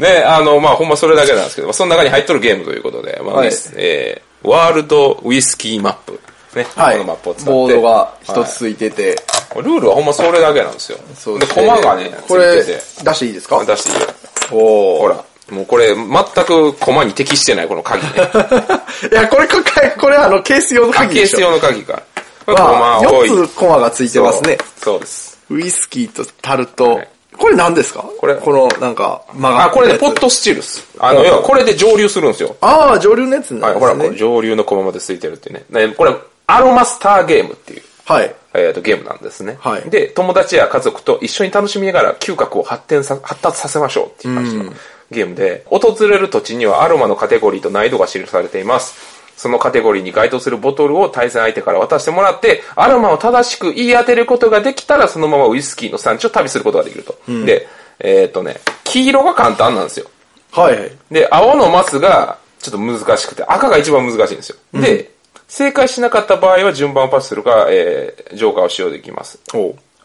ね、あの、まあ、ほんまそれだけなんですけど、まあその中に入っとるゲームということで、まあ、はいウィスえーワールドウイスキーマップ。ね、はい。このマップを使って。ボードが一つついてて。ルールはほんまそれだけなんですよ。そうで、すコねマがね、これ、ついて出て。していいですかあ出していいよ。おほら。もうこれ、全くコマに適してない、この鍵ね。 <laughs> ー。いや、これ、これ、これあの、ケース用のあ鍵ケーでスしょ。用の鍵か。これコまマあ、多い。 4つコマがついてますね。そう。そうです。ウイスキーとタルト。はいこれ何ですかこれこの、なんか、曲があ、これね、ポポットスチールです。あの、要はこれで蒸留するんですよ。ああ、上流のやつは、ないんでほら、こすうね。上流の駒までついてるっていうね。ねこれ、アロマスターゲームっていう、はい。えー、とゲームなんですね、はいで、友達や家族と一緒に楽しみながら嗅覚を発展さ、発達させましょうっていう感じのゲームで、訪れる土地にはアロマのカテゴリーと難易度が記されています。そのカテゴリーに該当するボトルを対戦相手から渡してもらって、アロマを正しく言い当てることができたら、そのままウイスキーの産地を旅することができると。で、えっ、とね、黄色が簡単なんですよ。はいはい。で、青のマスがちょっと難しくて、赤が一番難しいんですよ。で、正解しなかった場合は順番をパスするか、えー、ジョーカーを使用できます。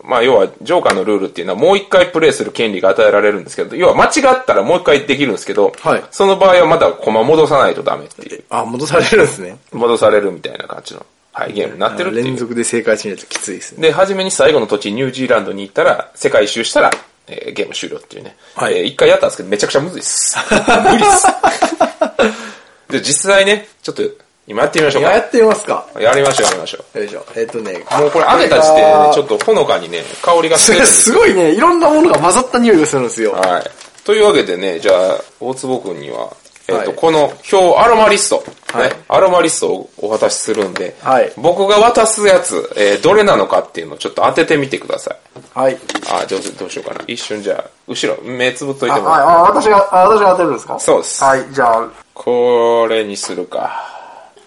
まあ、要は、ジョーカーのルールっていうのは、もう一回プレイする権利が与えられるんですけど、要は間違ったらもう一回できるんですけど、はいその場合はまた駒戻さないとダメっていう、あ、戻されるんですね。戻されるみたいな感じの、はい、ゲームになってるっていう連。続で正解しないときついですね。で、初めに最後の土地、ニュージーランドに行ったら、世界一周したら、えーゲーム終了っていうね。はいえー一回や <laughs> ったんですけど、めちゃくちゃむずいっす。無理っす。で、実際ね、ちょっと、今やってみましょうやってみますか。か。やりましょう、やりましょよいしょ。えっとね、 <laughs> う。もうこれ揚げた時点で、ちょっとほのかにね、香りがしてるんですすごいね、いろんなものが混ざった匂いがするんですよ。はい。というわけでね、じゃあ、大坪君には、えっ、と、はいこの表、アロマリスト、はいね。アロマリストをお渡しするんで、はい僕が渡すやつ、えーどれなのかっていうのをちょっと当ててみてください。はい。あ、どうどうしようかな。一瞬じゃあ、後ろ、目つぶっといあ、てもらはうい、あ私が、あ私が当てるんですかそうですはい、じゃあ、これにするか。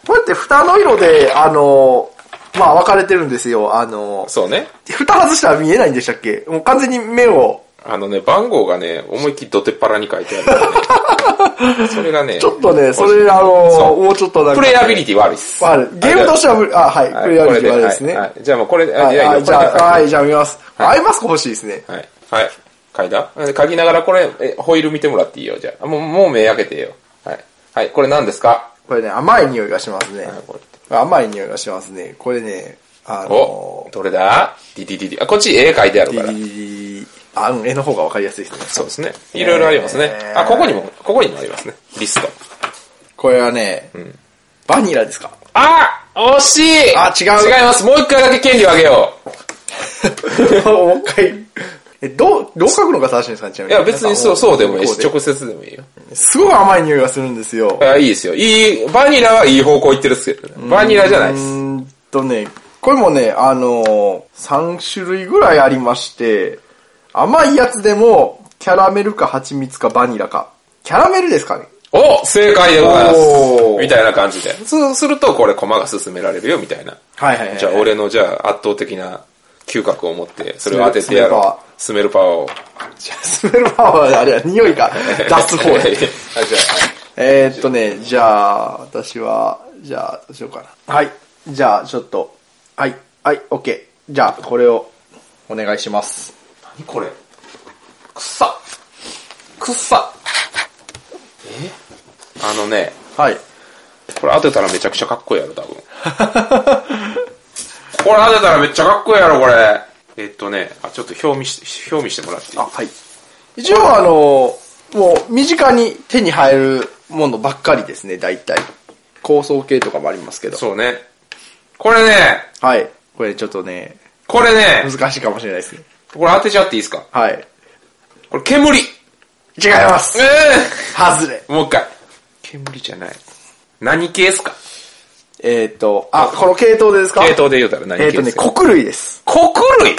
こうやって蓋の色で、あの、まあ分かれてるんですよ。あの、そうね。蓋外したら見えないんでしたっけもう完全に目を、あのね、番号がね、思いっきりどてっぱらに書いてある、 <laughs> ね。それがね、ちょっとね、それ、あの、そうもうちょっとなんか。プレイアビリティ悪いっす。まあゲームとしては無理、あ、はい、はいプレイアビリティはあれですね。これはいはいじゃあもうこれ、あはいい、やいやはい、じゃこれで書いてあ、はい、じゃあ見ます。アイマスク欲しいですね。はい。はい。嗅いだえ嗅ぎながらこれ、え、ホイール見てもらっていいよ、じゃあ。あもう、もう目開けてよ。はい。はい、これ何ですかこれね、甘い匂いがしますねはい。これ甘い匂いがしますね。これね、あおの、どれだディディディディ。あ、こっち絵描いてあるデかィらデ。ィディディあ、うん、絵の方がわかりやすいですね。そうですね。いろいろありますねえ。ーあ、ここにも、ここにもありますね。リスト。これはね、バニラですか <laughs> あ惜しいあ違う違います。もう一回だけ権利をあげよもう一回。え、どう、どう書くのが正しいんですかちなう。みいや、に。別にそう、そうでもいいし、こ直接でもいいよ。うですごい甘い匂いがするんですよ。あいいですよ。いい、バニラはいい方向行ってるっすけどね。バニラじゃないうでーす。んとね、これもね、あのー、3種類ぐらいありまして、甘いやつでも、キャラメルか蜂蜜かバニラか。キャラメルですかねお正解でございますおーみたいな感じで。そうすると、これ、駒が進められるよ、みたいな。はいはいはいじゃあ、俺の、じゃあ、圧倒的な嗅覚を持って、それを当ててやろう。スメルパワーを。じゃあスメルパワー、あれは匂いか。出す <laughs> 方あじゃや。えーっとね、じゃあ、私は、じゃあ、どうしようかな。はい。じゃあ、ちょっと、はい、はい、オッケー。じゃあ、これを、お願いします。あ、何これ。くさくさえあのね、はい。これ当てたらめちゃくちゃかっこいいやろ、多分。 <laughs> これ当てたらめっちゃかっこいいやろ、これ。えっとね、あ、ちょっと表見し、表見してもらっていいあ、はい。一応、あの、もう、身近に手に入るものばっかりですね、大体。構想系とかもありますけど。そうね。これね、はい。これちょっとね、これね、難しいかもしれないですね。これ当てちゃっていいですかはい。これ煙違いますえ外れ。ー、もう一回。煙じゃない。何系ですかえーっと、あ、この系統でですか系統で言うたら何えーっ系とでね、すか、穀類です。穀類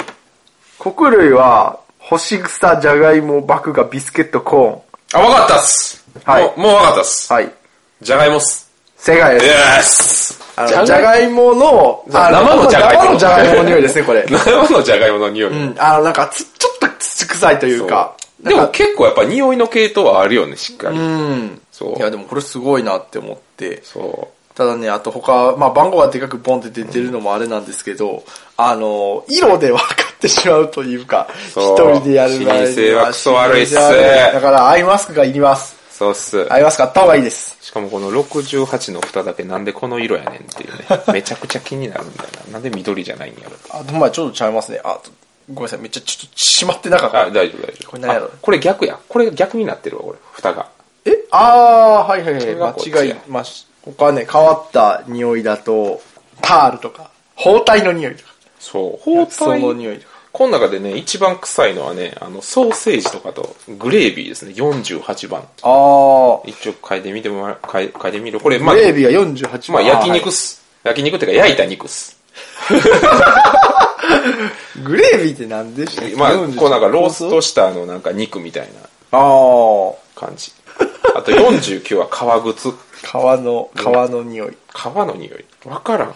穀類は、干し草、じゃがいも、麦芽、ビスケット、コあ、わかったっす。はいもう、もうわかったっす。ーン。はい。じゃがいもっす。正解です。ーすあのじゃがいもの、あ生のじゃがいも生のじゃがいもの匂いですね、これ。生のじゃがいもの匂い。うんあの、なんかつ、ちょっと土臭いというか。でも結構やっぱ匂いの系統はあるよね、しっかり。うん。そういや、でもこれすごいなって思って。そただね、あと他、まあ番号がでかくボンって出てるのもあれなんですけど、あの、色で分かってしまうというか、そう一人でやる場合に視認性はクソ悪いっす視認性はだからアイマスクがいります。う。そうっす。アイマスクあった方がいいです。しかもこの68の蓋だけなんでこの色やねんっていう <laughs> ね。めちゃくちゃ気になるんだよな。なんで緑じゃないんやろ。あ、でもまあちょっとちゃいますね。あ、とごめんなさい、めっちゃちょっと閉まってなかっあ、た。大丈夫大丈夫。これ何やろあこれ逆や。これ逆になってるわ、これ。蓋が。えあー、はいはいれがはこっちい。や間違いまし他はね、変わった匂いだと、タールとか、包帯の匂いとか、そう。包薬草の帯。匂いとか。この中でね、一番臭いのはね、あの、ソーセージとかと、グレービーですね。48番。あー。一応嗅いでみてもら、嗅い嗅いでみる。これ、まあグ、レービーは48まあ、番。焼肉はっす。焼肉っていうか、焼いた肉っす。いグレービーって何でしたっ <laughs> けまあ、こうなんかロース。 48トしたあの、なんか肉みたいなあ感じ。 <laughs> あと49は革靴。あ。革の、革の匂い。革の匂い。わからん。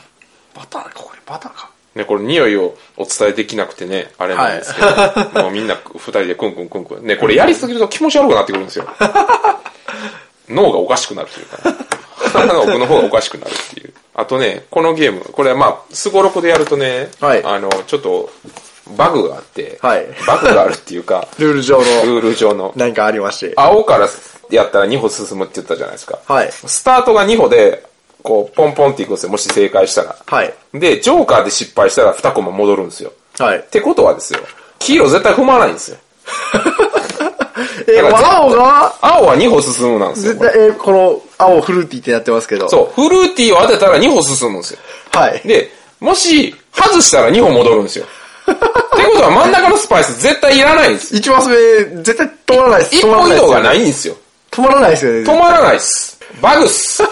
バターか、これバターか。ね、これ匂いをお伝えできなくてね、あれなんですけど、もうみんな二人でクンクンクンクン。ね、これやりすぎると気持ち悪くなってくるん <laughs> ですよ。脳がおかしくなるというか、ね、鼻の奥の方がおかしくなるっていう。あとね、このゲーム、これはまあ、スゴロクでやるとね、はいあの、ちょっと、バグがあって、はいバグがあるっていうか、ルール上のルール上の。何かありまして。青からやったら2歩進むって言ったじゃないですか。はいスタートが2歩で、こう、ポンポンっていくんですよ、もし正解したら。はい。で、ジョーカーで失敗したら2コマ戻るんですよ。はいっ。てことはですよ、黄色絶対踏まないんですよ。えだから青が、青は2歩進むなんですよ絶これ対、えーこの、青フルーティーってなってますけど。そうフルーティーを当てたら2歩進むんですよはい。でもし外したら2歩戻るんですよってことは真ん中のスパイス絶対いらないんですよ一マス目、絶対止まらないです。一止まら歩移ない動ですよがないんですよ止まらないですよ止ね。まらないっすバグっす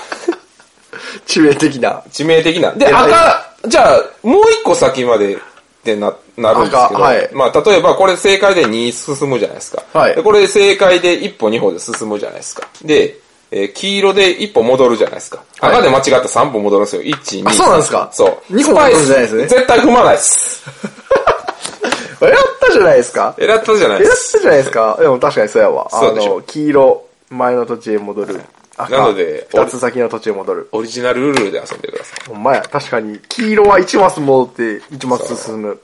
致命的な。致命的な。で、えらい赤、じゃあ、もう一個先までってな、なるんですけど、赤はいまあ、例えばこれ正解で2進むじゃないですか。はいでこれ正解で1歩2歩で進むじゃないですか。で、えー黄色で1歩戻るじゃないですか。い赤で間違った3歩戻るんですよ。1、2。あそうなんですかそう。二歩戻るんじゃないですスパねイス絶対踏まないです。やったじゃないですか。えらったじゃないやでっす。たじゃないで <laughs> すか。でも確かにそうやわ。あそうでしょの、黄色、前の土地へ戻る。赤なので二つ先の土地へ戻る。オリジナルルールで遊んでください。ほんまや、確かに。黄色は1マス戻って、1マス進む。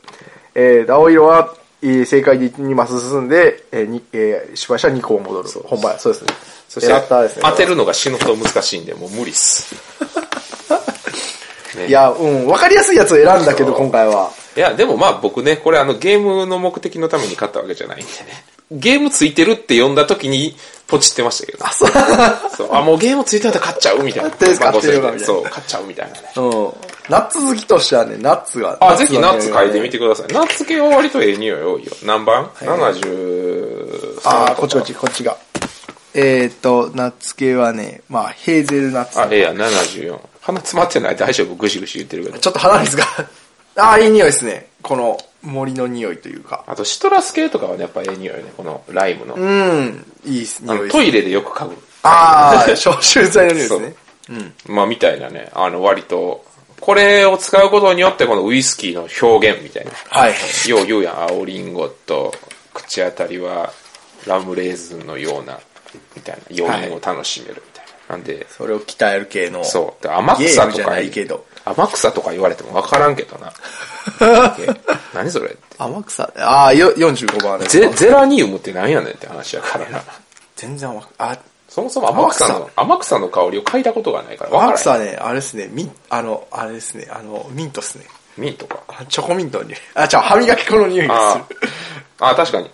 えーで、青色は、えー正解で2マス進んで、えーに、えー、失敗したら2個戻る。ほんまや、そうですね。そして、やったですね。当てるのが死ぬほど難しいんで、もう無理っす。いや、うん、わかりやすいやつを選んだけど、今回は。いや、でもまあ僕ね、これあのゲームの目的のために買ったわけじゃないんでね。ゲームついてるって呼んだ時にポチってましたけど、ね。あ、そう。あ、もうゲームついてるんだ買っちゃうみたいな。買ってるんすかまあ5000円買ってるのかみたいなそう、買っちゃうみたいなね。うん。ナッツ好きとしてはね、ナッツが。あ、ぜひナッツが書ねいてみてください。ナッツ系は割とええ匂い多いよ。何番、?73 あー、こっちこっち。ち、こっちが。えーっと、ナッツ系はね、まあ、ヘーゼルナッツ。あ、ええや、74。鼻詰まってない大丈夫ぐしぐし言ってるけど。ちょっと離れですか <laughs> あー、いい匂いですね。この森の匂いというか。あとシトラス系とかはね、やっぱええ匂いね。このライムの。うん、いいっす、あ匂いのですト。イレでよく嗅ぐ。あー、消臭剤の匂いですね。まあみたいなね、あの割と、これを使うことによってこのウイスキーの表現みたいな。はい。よう言うやん、青リンゴと口当たりはラムレーズンのような、みたいな、要因を楽しめるみたいな。なんで、それを鍛える系の。そう。で天草ゲームとじゃかないけど、天草とか言われてもわからんけどな。え何それって天草。あー、よ45番です。ゼゼラニウムって何やねんって話やからな。全然わかあ、そもそも天草の、天草の香りを嗅いだことがないから、わから天ん。草はね、あれですね、ミン、あの、あれですね、あの、ミントですね。ミントか。あチョコミントの匂い。あ、じゃ歯磨き粉の匂いがすある。あ、確かに。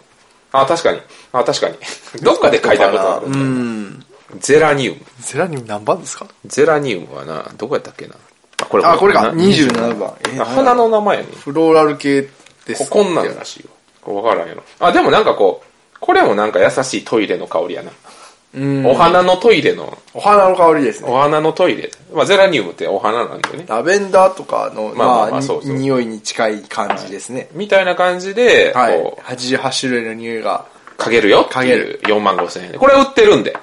あ確かに。あ確かに。 <laughs> どっかで書いたことあるんだよゼラニウム。ゼラニウム何番ですかゼラニウムはな、どこやったっけな。あ、これあ、これなが27番。えあ花の名前やね。フローラル系です。ここんなんらしいよ。これわからんやろ。あ、でもなんかこう、これもなんか優しいトイレの香りやな。お花のトイレの、お花の香りですね。お花のトイレ。まあ、ゼラニウムってお花なんでね。ラベンダーとかの、まあまあまあまあ、にそうそう匂いに近い感じですね。みたいな感じで、はいこ。 88種類の匂いが、う、かけるよかける。 4万5千円で。これ売ってるんで。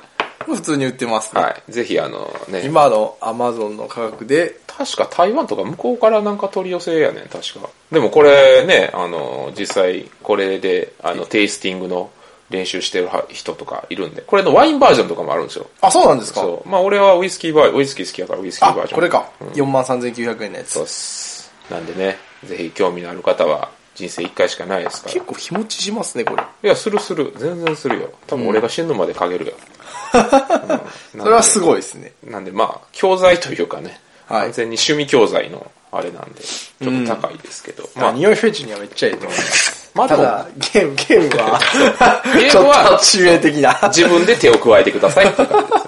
普通に売ってますね。はい。ぜひあのね。今のアマゾンの価格で、確か台湾とか向こうからなんか取り寄せやねん、確か。でもこれね、あの、実際これで、あの、テイスティングの練習してるは人とかいるんで、これのワインバージョンとかもあるんですよ。あ、そうなんですかそう。まあ俺はウイスキーバー、ウイスキー好きやからウイスキーあバージョン。、これか。43,900円のやそうつっ。す。なんでね、ぜひ興味のある方は人生一回しかないですから。結構日持ちしますね、これ。いや、するする。全然するよ。多分俺が死ぬまでかけるよ。うんそれはすごいですね。なんでまあ、教材というかね、はい完全に趣味教材のあれなんで、ちょっと高いですけど、ままあ、あ、匂いフェチにはめっちゃいいと <laughs> 思います。まあたでもだ、ゲーム、ゲームは、ゲちーょムはっと致命的な。自分で手を加えてくださいって感じですよね。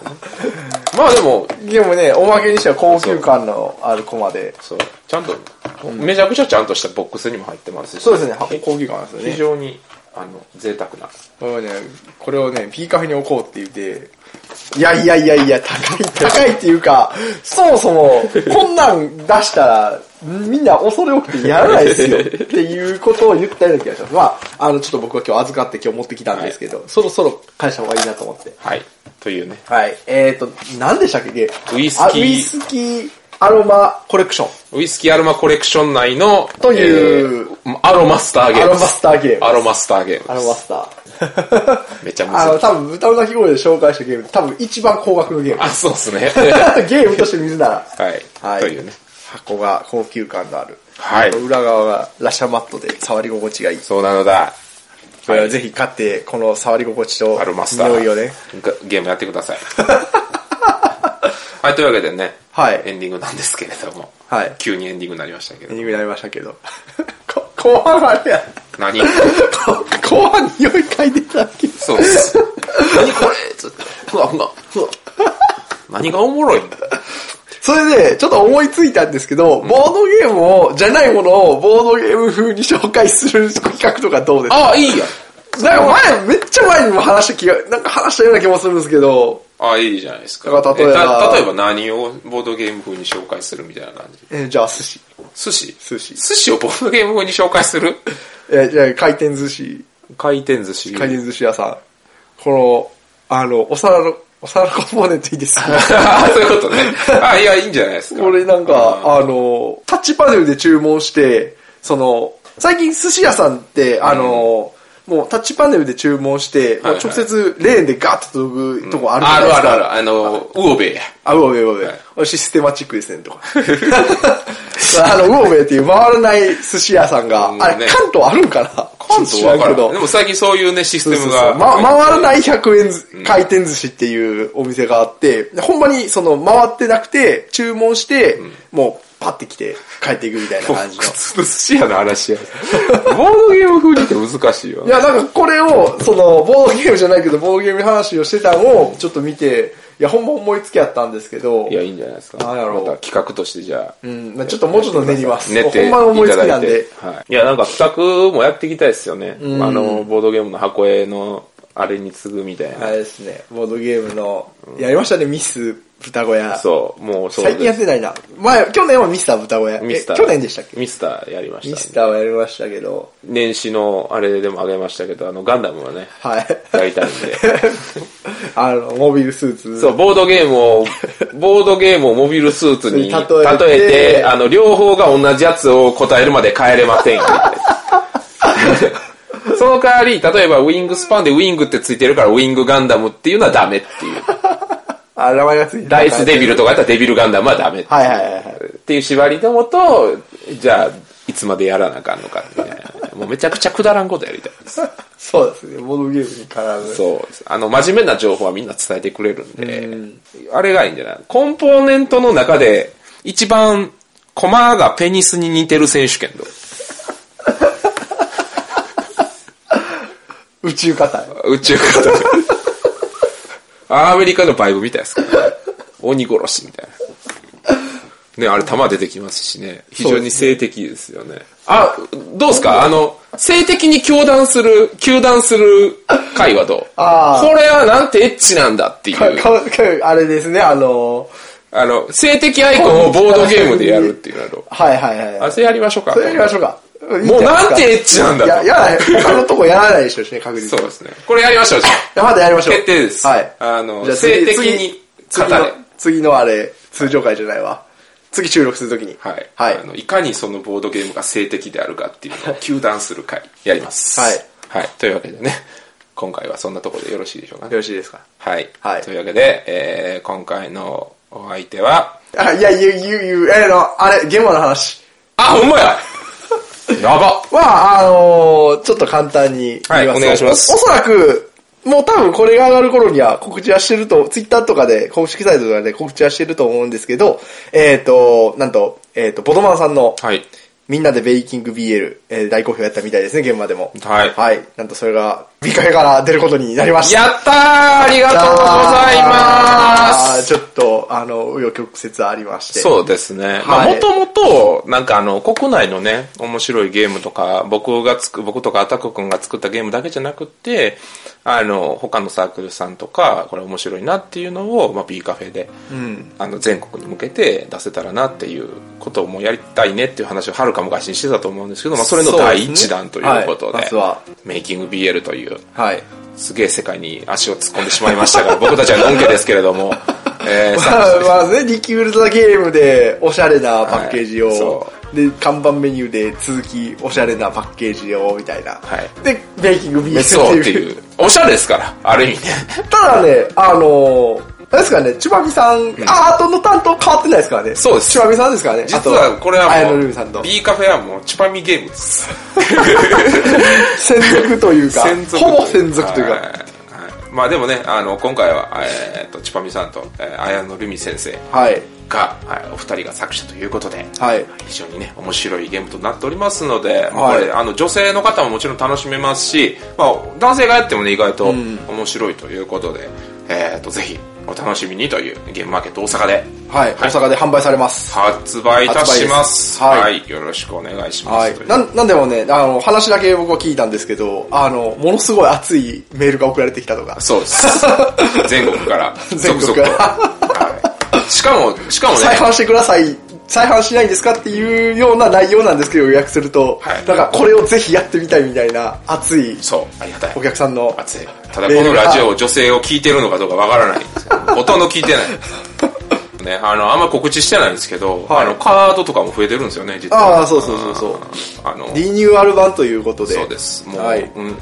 <laughs> まあでも、でもね、おまけにしては高級感のあるコマで。そう、ちゃんと、めちゃくちゃちゃんとしたボックスにも入ってますし、そうですね、は高級感ですよ非ね。常に、あの、贅沢な。これをね、これをね、ピーカフェに置こうって言って、いやいやいやいや、高い、高いっていうか、そもそも、こんなん出したら、みんな恐れ多くてやらないですよ、っていうことを言ったような気がします。まあ、あの、ちょっと僕は今日預かって今日持ってきたんですけど、そろそろ返した方がいいなと思って。はい。というね。はい、えーと、何でしたっけゲームウイスキーあウイスキーアロマコレクション。ウイスキーアロマコレクション内の、というえーアロマスターゲーム。アロマスターゲームアロマスターゲームです。アロマスター。めちゃむずいあの、多分、豚の鳴き声で紹介したゲーム、多分一番高額のゲームあ、。そうです <laughs> ね。ゲームとして水なら。はい。はいというね。箱が高級感のある。はい裏側がラシャマットで触り心地がいい。そうなのだ。これはぜひ買って、この触り心地とアロマスター。匂いをね。がゲームやってく <laughs> ださい。はい、というわけでね、はいエンディングなんですけれども、はい <laughs> 急にエンディングになりましたけど、になりましたけど。こ後半あれや。何後そう、後半匂い嗅いでたっけそうです。何これつって。ふわふわ、ふわ。 <laughs> 何がおもろい <laughs> んだ <laughs> それで、ちょっと思いついたんですけど、ボードゲームを、じゃないものをボードゲーム風に紹介する企画とかどうですかああ、いいやん。なんか前、めっちゃ前にも話した気が、なんか話したような気もするんですけど、ああ、いいじゃないですか。だから例えばた例えば何をボードゲーム風に紹介するみたいな感じ。えーじゃあ寿司。寿司寿司寿司をボードゲーム風に紹介するえーじゃあ回転寿司、回 <laughs> 転寿司。 <laughs> 回転寿司屋さん。この、あの、お皿の、お皿のコンポーネントいいです。 <laughs> ああ、そういうことね。ああ、いや、いいんじゃないですか。 <laughs> 俺なんうか、あの、タッチパネルで注文して、その、最近寿司屋さんって、あの、もうタッチパネルで注文して、はいはいもう直接レーンでガッと届くとこあるじゃあないでるすあか。るある。あの、ウオベや。あ、ウオベウオベはい。俺システマチックですね、とか。 <laughs> あの、ウオベっていう回らない寿司屋さんが、もうねあれ、関東あるんかな関ちょっとわからけどん。でも最近そういうね、シスそうテそうムそうが。ま、回らない100円ず回転寿司っていうお店があって、ほんまにその回ってなくて、注文して、もうパッて来て帰っていくみたいな感じの。普通の寿司屋の話や。 <laughs> ボードゲーム風にって難しいよい。や、なんかこれを、その、ボードゲームじゃないけど、ボードゲーム話をしてたのを、ちょっと見て、いや、ほんま思いつきやったんですけどい、や、いいんじゃないですか。なんやろうまた企画としてじゃあ。うん、まあちょっともうちょっと練ります。練ってほいんま思いつたきなだんいてで。。はい。いや、なんか企画もやっていきたいですよね。あの、ボードゲームの箱絵の、あれに次ぐみたいあな。れですね、ボードゲームの、やりましたね、ミス、豚小屋。そう、もうそう最近やってないな。前、去年はミスター豚小屋。ミスター。え去年でしたっけミスターやりまミしスたね。ターはやりましたけど、年始の、あれでもあげましたけど、あの、ガンダムはね、はい。 <laughs> やりたいんで。 <laughs> あの、モビルスーツ。そう、ボードゲームを、ボードゲームをモビルスーツ <laughs> に例例ええてて、あの、両方が同じやつを答えるまで帰れません <laughs> よ。その代わり、例えばウィングスパンでウィングってついてるからウィングガンダムっていうのはダメっていう。あ、名前がついてダイスデビル。ルとかやったらデビルガンダムはダメっていう。はいはいはいはい。っていう縛りのもと、じゃあ、いつまでやらなあかんのかみたいな。 <laughs> もうめちゃくちゃくだらんことやりたいです。そうですね、ボードゲームに絡む。そうです。あの、真面目な情報はみんな伝えてくれるんで、あれがいいんじゃないコンポーネントの中で、一番、コマがペニスに似てる選手権と。宇宙火災。宇宙からアメリカのバイブみたいですから、ね、鬼殺しみたいな。ね、あれ弾出てきますしね。非常に性的ですよね。あ、どうですかあの、性的に教団する、糾弾する回はどうこあーれはなんてエッチなんだっていう。かかかあれですね、あの、あの、性的アイコンをボードゲームでやるっていう <laughs> のはいはいはあ、い。それやりましょうか。それやりましょうか。もうなんてエッチなんだいや、と。やらない。他のとこやらないでしょうしね、確実に。そうですね。これやりましょう。じゃいやまだやりましあょう。決定です。はい。あの、じゃあ性次的に語次れ。次の、次のあれ、通常会じゃないわ。次収録するときに。はい。はいあ。の、いかにそのボードゲームが性的であるかっていうのを糾弾する回、やります。はい。はい。というわけでね、今回はそんなところでよろしいでしょうかよね。ろしいですかはい。はいというわけで、えー、今回のお相手は、あ、いや、ゆ、ゆ、ゆ、えの、あれ、現場の話。あ、ほんま <laughs> ややばまあ、あのーちょっと簡単に言いますとはいお願いしますおおそらく、もう多分これが上がる頃には告知はしてると、ツイッターとかで、公式サイトとかで告知はしてると思うんですけど、えっ、と、なんと、えっ、と、ボドマンさんの、はい。みんなでベイキング BL、えー大好評やったみたいですね、現場でも。はいはい。なんとそれが、ビカフェから出ることになりました。やったーありがとうございますす。ちょっと、あの、紆余曲折ありまして。う。そうですね。まあ、はいもともと、なんかあの、国内のね、面白いゲームとか、僕がつく、僕とかアタコ君が作ったゲームだけじゃなくて、あの、他のサークルさんとか、これ面白いなっていうのを、まあ、B カフェで、うん。あの、全国に向けて出せたらなっていうことをもうやりたいねっていう話をはるか昔にしてたと思うんですけど、まあ、それの第一弾ということで、そうですねはいまずメイキング BL という、はい。すげえ世界に足を突っ込んでしまいましたが、僕たちはのんけですけれども、えー、まさあ、 <laughs> まあね、リキュールザゲームで、おしゃれなパッケージを、はいそで、看板メニューで、続き、おしゃれなパッケージを、みたいな。はいで、ベイキング BL ってそういう。っていう。おしゃれですから、ある意味ね。ただね、あのー、あれですからね、ちばみさん、アートの担当変わってないですからね。そうですちばみさんですからね。実はこれは綾も野うルミさんと。 B カフェはもうチュパミゲームです。専属というか、ほぼ専属というはいか。はいまあでもね、あの、今回は、えーっと、チュパミさんと、えー、綾野ルミ先生はい。が、はい、お二人が作者ということで、はい非常にね面白いゲームとなっておりますので、まあはいこれあの女性の方ももちろん楽しめますし、まあ、男性がやってもね意外とん面白いということで、えー、とぜひお楽しみにというゲームマーケット大阪でははい、い大阪で販売されます。発売いたします発売ですは、はいよろしくお願いします、はいという。なん、なんでもね、あの、話だけ僕は聞いたんですけど、あの、ものすごい熱いメールが送られてきたとか。そうです。全国から、 <laughs> 全国続から々と。はいしかも、しかもね、 <laughs> 再販してください。再販しないんですかっていうような内容なんですけど、予約すると、はいなんかこれをぜひやってみたいみたいな熱いそう、ありがたいお。客さんの。熱い。ただこのラジオを女性を聞いてるのかどうかわからないんですよ。ほとんど聞いてない。ね、あの、あんま告知してないんですけど、はいあの、カードとかも増えてるんですよね、実は。ああ、そうそうそうそう。あの、リニューアル版ということで。そうです。もう、はいうん、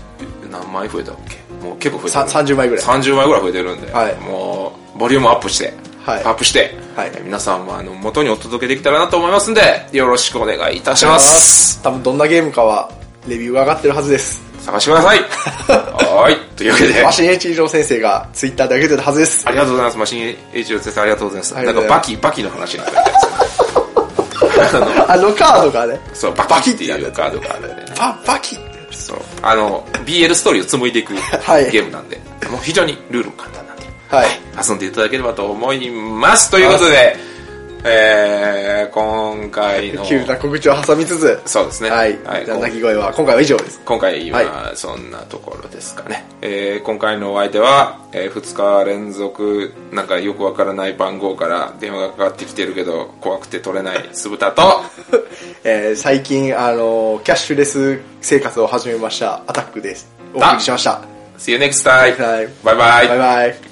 何枚増えたっけもう結構増えさた。 30枚ぐらい。 30枚ぐらい増えてるんで、はいもうボリュームアップして、はいアップして、はい皆さんもあの元にお届けできたらなと思いますんでよろしくお願いいたします多分どんなゲームかは、レビューが上がってるはずです。探してください <laughs> はーいというわけでマシン H 以上先生がツイッターで上げてたはず <laughs> ですあ。りがとうございますマシン栄一郎先生ありがとうございますあなんりがかとうございバまキバキの話になったやあのカードがね、つそうバキっていうカードがあるんでねあ、バキって。そうあの BL ストーリーを紡いでいくゲはいームなんで、もう非常にルールも簡単なんではい。遊んでいただければと思いますということで、えー、今回の急な告知を挟みつつ、そうですね。はい。じゃあこん泣き声は今回は以上です。今回ははそんなところですかね。えー今回のお相手は、え2日連続、なんかよくわからない番号から電話がかかってきてるけど、怖くて取れない酢豚 <laughs> と、えー最近、あのーキャッシュレス生活を始めました、アタックです。お送りしました。 See you next time! はいバイバイバイバイ。